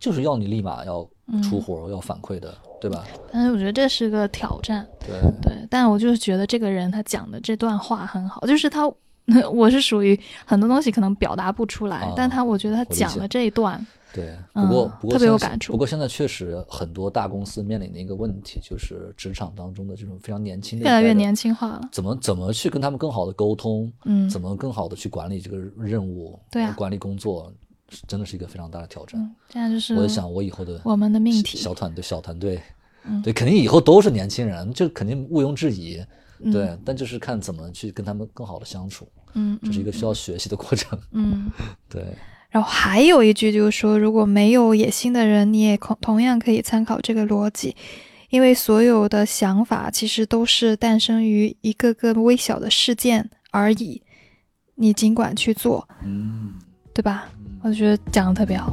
S2: 就是要你立马要
S3: 嗯
S2: 出活儿、要反馈的，对吧？
S3: 但是我觉得这是个挑战，
S2: 对，
S3: 对。但我就是觉得这个人他讲的这段话很好，就是他， 我是属于很多东西可能表达不出来，
S2: 啊
S3: 但他我觉得他
S2: 理
S3: 讲
S2: 解
S3: 的这一段，
S2: 对，不过、
S3: 嗯
S2: 不过
S3: 特别有
S2: 现在
S3: 感触
S2: 不过现在确实很多大公司面临的一个问题，就是职场当中的这种非常年轻的
S3: 越来
S2: 一代
S3: 越
S2: 的
S3: 年轻化了。
S2: 怎么怎么去跟他们更好的沟通，
S3: 嗯
S2: 怎么更好的去管理这个任务，呃
S3: 对啊
S2: 管理工作，是真的是一个非常大的挑战。
S3: 嗯，这样就是
S2: 我就想我以后的
S3: 我们的命题。嗯
S2: 小团队小团队，对，肯定以后都是年轻人，这肯定毋庸置疑。对，但就是看怎么去跟他们更好的相处，
S3: 嗯
S2: 这是一个需要学习的过程。
S3: 嗯。
S2: 对，
S3: 然后还有一句就是说，如果没有野心的人，你也同同样可以参考这个逻辑，因为所有的想法其实都是诞生于一个个微小的事件而已。你尽管去做，
S2: 嗯，
S3: 对吧？我就觉得讲的特别好。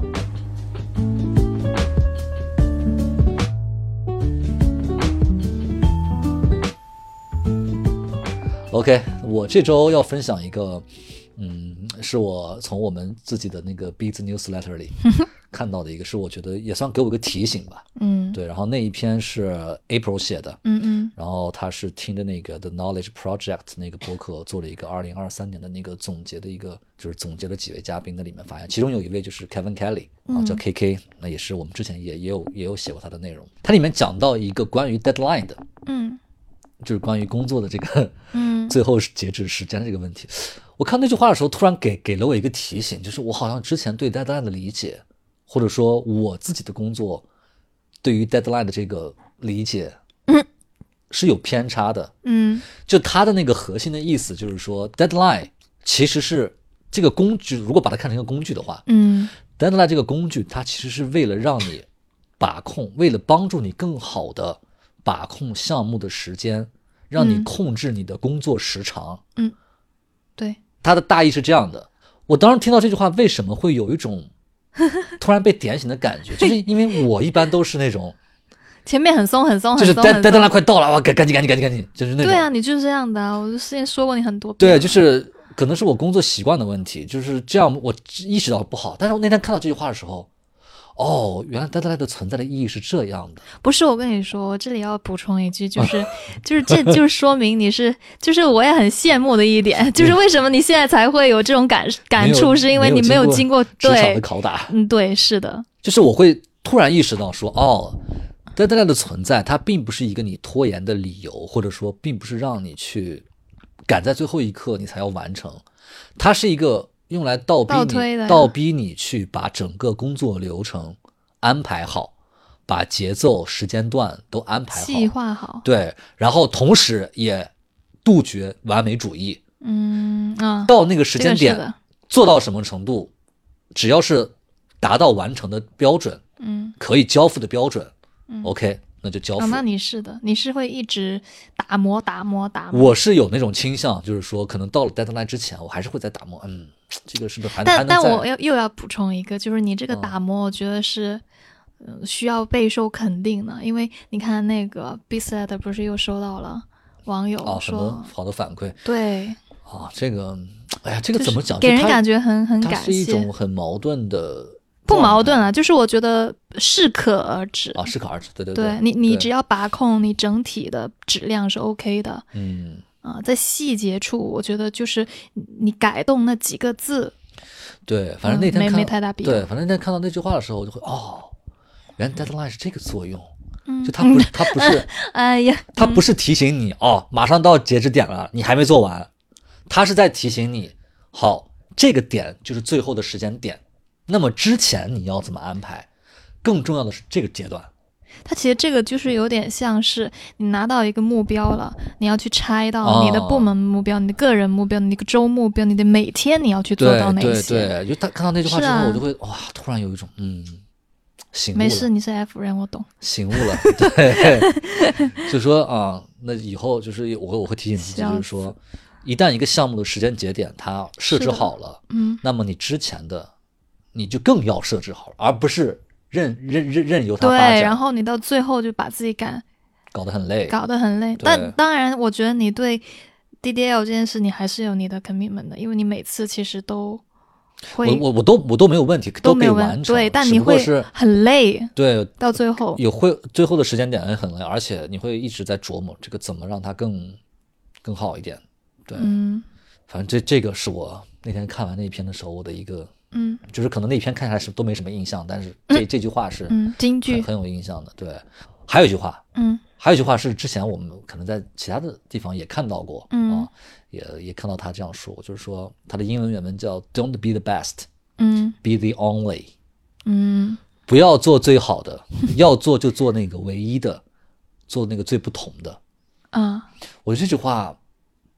S2: OK，我这周要分享一个，嗯，是我从我们自己的那个 Beats Newsletter 里看到的一个，是我觉得也算给我一个提醒吧。
S3: 嗯，
S2: 对，然后那一篇是 April 写的，
S3: 嗯嗯
S2: 然后他是听着那个 The Knowledge Project 那个播客做了一个二零二三年的那个总结的一个，就是总结了几位嘉宾的里面发现，其中有一位就是 Kevin Kelly 啊，叫 KK，、那也是我们之前也也有也有写过他的内容，它里面讲到一个关于 deadline 的，
S3: 嗯
S2: 就是关于工作的这个
S3: 嗯
S2: 最后是截止时间这个问题。我看那句话的时候，突然给给了我一个提醒，就是我好像之前对 deadline 的理解，或者说我自己的工作对于 deadline 的这个理解，是有偏差的。
S3: 嗯
S2: 就它的那个核心的意思就是说，deadline 其实是这个工具，如果把它看成一个工具的话
S3: 嗯
S2: ，deadline 这个工具它其实是为了让你把控，为了帮助你更好的把控项目的时间，让你
S3: 嗯
S2: 控制你的工作时长。
S3: 对，
S2: 它的大意是这样的。我当时听到这句话，为什么会有一 种突然被点醒的感觉？就是因为我一般都是那种，
S3: 前面很松很松
S2: 就
S3: 哦很
S2: 是
S3: 松很
S2: dead
S3: 松。
S2: deadline 快到了，哇，赶赶紧赶紧赶紧赶紧，就是那种。
S3: 对啊，你就是这样的啊，我就之前说过你很多遍
S2: 对，
S3: 了。
S2: 啊就是可能是我工作习惯的问题，就是这样，我意识到不好。但是我那天看到这句话的时候，哦，原来 deadline 的存在的意义是这样的。
S3: 不是，我跟你说，我这里要补充一句，就是， 就是这就是说明你是，就是我也很羡慕的一点，就是为什么你现在才会有这种感感触，是因为你没有经过
S2: 职场的
S3: 对，
S2: 拷打，
S3: 嗯，对，是的，
S2: 就是我会突然意识到说，哦，deadline 的存在，它并不是一个你拖延的理由，或者说并不是让你去赶在最后一刻你才要完成，它是一个用来倒逼
S3: 倒
S2: 你
S3: 推的呀
S2: 倒逼你去把整个工作流程安排好，把节奏、时间段都安排好，
S3: 计划好，
S2: 对，然后同时也杜绝完美主义，
S3: 嗯啊，
S2: 到那个时
S3: 这个
S2: 间
S3: 是
S2: 点、
S3: 的，
S2: 做到什么程度，只要是达到完成的标准，
S3: 嗯，
S2: 可以交付的标准、o k 那就交付。
S3: 啊，那你是的，你是会一直打磨打磨打磨，
S2: 我是有那种倾向，就是说，可能到了 deadline 之前，我还是会再打磨。嗯，这个是不是还还
S3: 但
S2: 能
S3: 但
S2: 再
S3: 我要又要补充一个，就是你这个
S2: 嗯
S3: 打磨，我觉得是。呃需要备受肯定的，因为你看那个 B s e t 不是又收到了网友
S2: 啊？很
S3: 说，
S2: 多好的反馈
S3: 对，
S2: 啊，这个，哎呀，这个怎么讲？
S3: 给人感
S2: 觉
S3: 觉很很
S2: 它
S3: 感
S2: 是一
S3: 谢
S2: 种，很矛盾的，
S3: 不矛盾啊，就是我觉得适可而止。
S2: 啊，适可而止。对对
S3: 对你，你
S2: 对
S3: 只要把控你整体的质量是 OK 的
S2: 嗯。
S3: 啊、在细节处，我觉得就是你你改动那几个字，
S2: 对，反正
S3: 嗯
S2: 那天
S3: 没
S2: 看
S3: 没太大必要
S2: 对，反正那天看到那句话的时候，我就会哦，原来 deadline 是这个作用。
S3: 嗯
S2: 就它 不是它不是
S3: 哎呀，
S2: 它不是提醒你哦，马上到截止点了，你还没做完，它是在提醒你，好，这个点就是最后的时间点，那么之前你要怎么安排？更重要的是这个阶段，
S3: 它其实这个就是有点像是你拿到一个目标了，你要去拆到你的
S2: 哦
S3: 部门目标、你的个人目标、你的周目标、你的每天你要去做到哪些。
S2: 对对，就他看到那句话
S3: 是
S2: 之后，
S3: 啊
S2: 我就会哇，突然有一种嗯，醒悟
S3: 没事，
S2: 了，
S3: 你是 F 人，我懂。
S2: 醒悟了，对， 就说啊，那以后就是我会我会提醒自己，
S3: 笑
S2: 就是说，一旦一个项目的时间节点它设
S3: 是
S2: 置
S3: 的
S2: 好了，
S3: 嗯，
S2: 那么你之前的你就更要设置好了，而不是任任任任由它
S3: 对
S2: 发展，，
S3: 然后你到最后就把自己赶
S2: 搞得很累，
S3: 搞得很累。
S2: 对
S3: 但当然，我觉得你对 DDL 这件事，你还是有你的 commitment 的，因为你每次其实都会
S2: 我我我都我都没有问题，
S3: 都
S2: 可
S3: 没
S2: 以
S3: 有
S2: 完
S3: 问
S2: 成，
S3: 对，但
S2: 只
S3: 你
S2: 不过
S3: 会
S2: 是
S3: 很累
S2: 对
S3: 到最后。
S2: 有会最后的时间点也很累，而且你会一直在琢磨这个怎么让它更更好一点。对，
S3: 嗯
S2: 反正这这个是我那天看完那篇的时候我的一个，
S3: 嗯
S2: 就是可能那篇看下来是都没什么印象，但是这、这句话是
S3: 嗯，京
S2: 很
S3: 剧，
S2: 很有印象的。对，还有一句话，
S3: 嗯
S2: 还有一句话是之前我们可能在其他的地方也看到过，
S3: 嗯
S2: 啊，也也看到他这样说，就是说他的英文原文叫 "Don't be the best,
S3: 嗯
S2: be the only"。
S3: 嗯
S2: 不要做最好的， 要做就做那个唯一的，做那个最不同的。
S3: 啊，
S2: 我觉得这句话，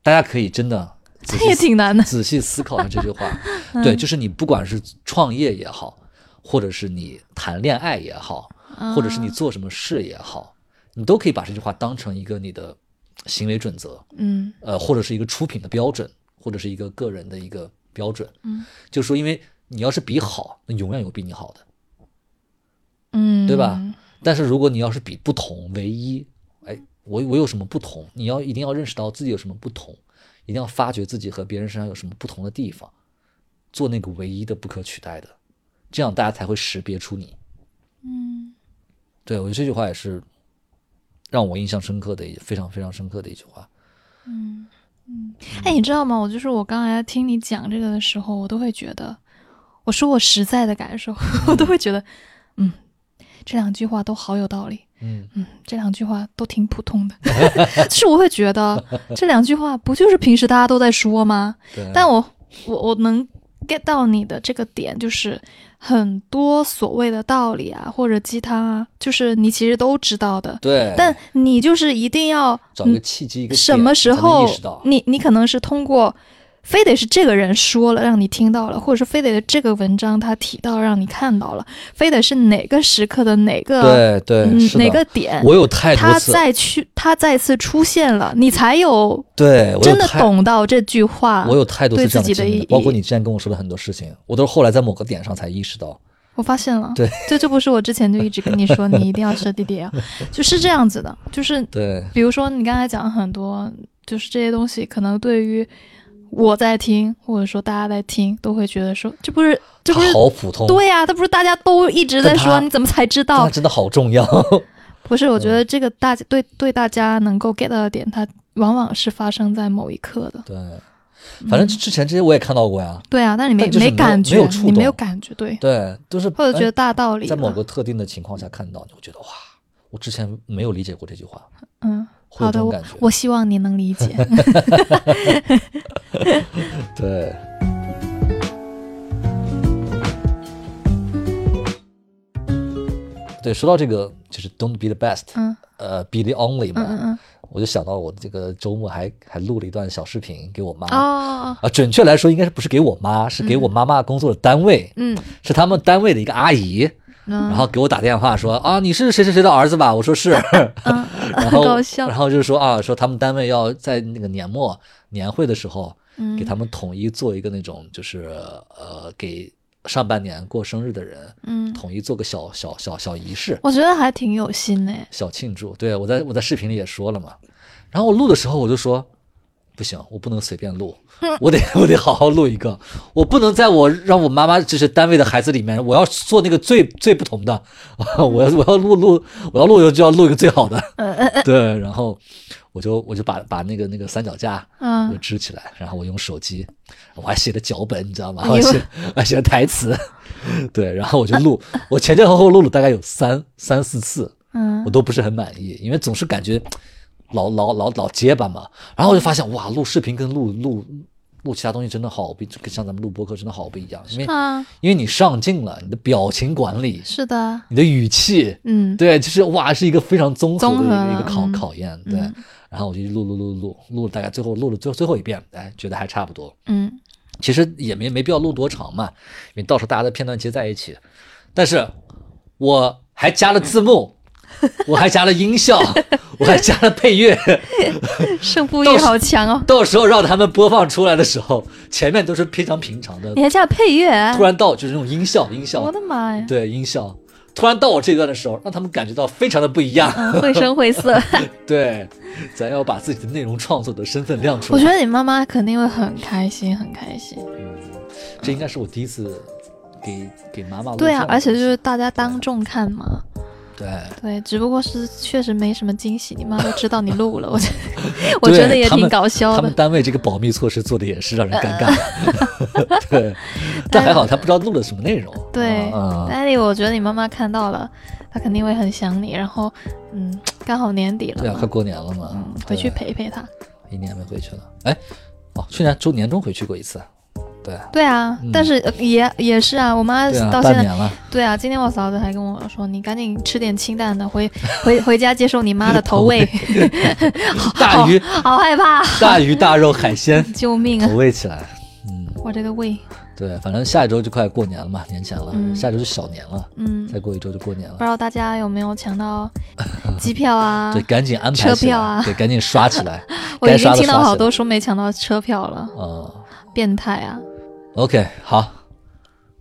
S2: 大家可以真的仔
S3: 这
S2: 细
S3: 也挺 难的。
S2: 仔细思考一下这句话。对，就是你不管是创业也好，或者是你谈恋爱也好，
S3: 啊
S2: 或者是你做什么事也好，你都可以把这句话当成一个你的行为准则，
S3: 嗯
S2: 呃，或者是一个出品的标准，或者是一个个人的一个标准。
S3: 嗯，
S2: 就说因为你要是比好，那永远有比你好的。
S3: 嗯，
S2: 对吧？但是如果你要是比不同唯一，哎，我我有什么不同？你要一定要认识到自己有什么不同，一定要发掘自己和别人身上有什么不同的地方，做那个唯一的、不可取代的，这样大家才会识别出你。
S3: 嗯
S2: 对我觉得这句话也是让我印象深刻的一，非常非常深刻的一句话。
S3: 嗯嗯。哎，你知道吗？我就是我刚才听你讲这个的时候，我都会觉得，我说我实在的感受，我都会觉得，嗯，这两句话都好有道理。
S2: 嗯，
S3: 嗯，这两句话都挺 普通的， 就是我会觉得这两句话不就是平时大家都在说吗？
S2: 对。
S3: 但我我我能 get 到你的这个点，就是很多所谓的道理啊，或者鸡汤啊，就是你其实都知道的，
S2: 对，
S3: 但你就是一定要
S2: 找一个契机，哎一个
S3: 什
S2: 点
S3: 么时
S2: 才能
S3: 候
S2: 意识到？
S3: 你你可能是通过。非得是这个人说了让你听到了，或者是非得是这个文章他提到让你看到了，非得是哪个时刻的哪个
S2: 对对，
S3: 嗯
S2: 是的
S3: 哪个点，
S2: 我有太多
S3: 他
S2: 次，
S3: 再去，他再次出现了，你才有
S2: 对，我有
S3: 真的
S2: 太
S3: 懂到这句话。
S2: 我有太多次
S3: 啊对
S2: 这样
S3: 自己
S2: 经
S3: 的
S2: 历
S3: 意
S2: 了，
S3: 义
S2: 包括你之前跟我说的很多事情，我都是后来在某个点上才意识到。
S3: 我发现了，
S2: 对，
S3: 这这不是我之前就一直跟你说，你一定要设 DDL，就是 这样子的，就是
S2: 对，
S3: 比如说你刚才讲很多，就是这些东西，可能对于我在听，或者说大家在听，都会觉得说，这不是这不
S2: 它
S3: 是
S2: 好普通，
S3: 对啊呀、这不是大家都一直在
S2: 但它
S3: 说，你怎么才知
S2: 但
S3: 道
S2: 它？真的好重要。
S3: 不是，我觉
S2: 嗯
S3: 得这个大家对对大家能够 get 到的点，它往往是发生在某一刻的。
S2: 对，
S3: 嗯
S2: 反正之前这些我也看到过呀。
S3: 对啊，但你没
S2: 但就是没有
S3: 感觉，
S2: 没有触
S3: 你没有
S2: 动
S3: 感觉，对，
S2: 对，都是
S3: 或者觉得
S2: 哎
S3: 大道理了，
S2: 在某个特定的情况下看到，你会觉得哇，我之前没有理解过这句话，
S3: 嗯，
S2: 会有
S3: 好
S2: 这
S3: 的，
S2: 种
S3: 我
S2: 感觉。
S3: 我希望你能 理解。
S2: 对。对，说到这个，就是 don't be the best，
S3: 嗯
S2: 呃，be the only 嘛，
S3: 嗯嗯
S2: 我就想到我这个周末还还录了一段小视频给我妈。
S3: 嗯，哦，
S2: 啊，准确来说应该是不是给我妈，是给我妈妈工作的单位，
S3: 嗯
S2: 是他们单位的一个阿姨，然
S3: 嗯
S2: 后给我打电话说啊，你是谁谁谁的儿子吧？我说 是，
S3: 嗯，
S2: 然
S3: 很
S2: 后
S3: 搞笑
S2: 然，后就说啊，说他们单位要在那个年末年会的时候，
S3: 嗯
S2: 给他们统一做一个那种就是呃给上半年过生日的人
S3: 嗯，
S2: 统一做个小小小小仪式，
S3: 我觉得还挺有心的。
S2: 小庆祝。对我在我在视频里也说了嘛，然后我录的时候我就说，不行，我不能随便录，我得我得好好录一个，我不能在我让我妈妈就是单位的孩子里面，我要做那个最最不同的， 我要我要录录我要录就要录一个最好的，
S3: 嗯
S2: 对，然后我就我就把把那个那个三脚架。我就
S3: 嗯，
S2: 支起来，然后我用手机，我还写了脚本，你知道吗？
S3: 哎
S2: 我
S3: 呦
S2: 还写我还写了 台词，对，然后我就录，我前前后后录了大概有三三四次，
S3: 嗯
S2: 我都不是很满意，因为总是感觉老老老老结巴嘛。然后我就发现，哇，录视频跟录录录其他东西真的好不，跟像咱们录播客真的好不一样，因为
S3: 啊，
S2: 因为你上镜了，你的表情管理，
S3: 是的，
S2: 你的语气，
S3: 嗯，
S2: 对，就是哇，是一个非常综合的
S3: 综
S2: 一
S3: 合
S2: 个
S3: 了
S2: 一个考、
S3: 嗯
S2: 考验，对。
S3: 嗯
S2: 然后我就录录录录录，大概最后录了最后最后一遍，哎，觉得还差不多。
S3: 嗯，
S2: 其实也没没必要录多长嘛，因为到时候大家的片段截在一起。但是我还加了字幕， 我还加了音效，我还加了配乐，
S3: 胜负
S2: 到
S3: 欲
S2: 时
S3: 好强哦！
S2: 到时候让他们播放出来的时候，前面都是非常平常的
S3: 你，还加配乐啊，
S2: 突然到就是那种音效音效
S3: 哎我，的妈呀！
S2: 对音效，突然到我这段的时候，让他们感觉到非常的不一样。
S3: 嗯，绘声 绘色。
S2: 对，咱要把自己的内容创作的身份亮出
S3: 我
S2: 来
S3: 觉。得你妈妈肯定会很开心，很开心。
S2: 这应该是我第一次给给妈妈录
S3: 对
S2: 这
S3: 啊，
S2: 样的
S3: 而且就
S2: 东西
S3: 是大家当众看嘛。
S2: 对，
S3: 对，只不过是确实没什么惊喜，你妈都知道你录了，我觉 得我觉得也挺搞笑
S2: 他们
S3: 的。
S2: 单位这个保密措施做的也是让人尴尬。 对，但还好他不知道录了什么内容。
S3: 呃对
S2: 啊、嗯
S3: 艾莉，我觉得你妈妈看到了，她肯定会很想你。然后，嗯，刚好年底
S2: 对啊
S3: 了，
S2: 快
S3: 嘛，
S2: 过年了嘛，
S3: 嗯，回去
S2: 对
S3: 陪陪她。
S2: 一年没回去了。哎，哦，去年周年中回去过一次。对，
S3: 对啊，
S2: 嗯
S3: 但是呃也也是啊，我妈
S2: 对啊，
S3: 到现
S2: 半
S3: 在
S2: 年 了。
S3: 对啊，今天我嫂子还跟我说，你赶紧吃点清淡的，回回回家接受你妈的投喂，
S2: 大鱼、
S3: 好害怕，啊
S2: 大鱼大肉、海 鲜
S3: 救命啊
S2: 投！喂起来。嗯，
S3: 我这个胃，
S2: 对，反正下一周就快过年了嘛，年前了，
S3: 嗯
S2: 下周就小年了，
S3: 嗯，
S2: 再过一周就过年了
S3: 不知。道大家有没有抢 到机票啊
S2: 对，？赶紧安排
S3: 车
S2: 起来，
S3: 票啊，
S2: 对，赶紧刷起来
S3: 我已
S2: 该
S3: 经
S2: 刷的
S3: 听到
S2: 刷
S3: 好
S2: 起来。
S3: 多说没抢到车票了，
S2: 嗯
S3: 变态啊！
S2: ，OK，好，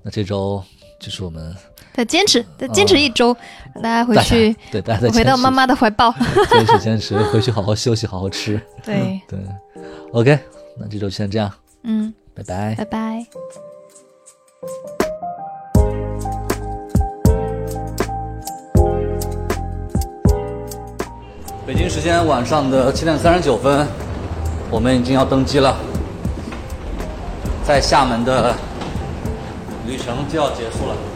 S2: 那这周就是我们
S3: 再坚持，再坚持一周，大家回
S2: 哦大家
S3: 去
S2: 对大家再
S3: 回到妈妈的 怀抱。
S2: 坚持坚持，回去好好休息，好好吃。
S3: 对，
S2: 对，OK，那这周先这样，
S3: 嗯，
S2: 拜拜。
S3: 拜拜。
S2: 北京时间晚上的七点三十九分，我们已经要登机了，在厦门的旅程就要结束了。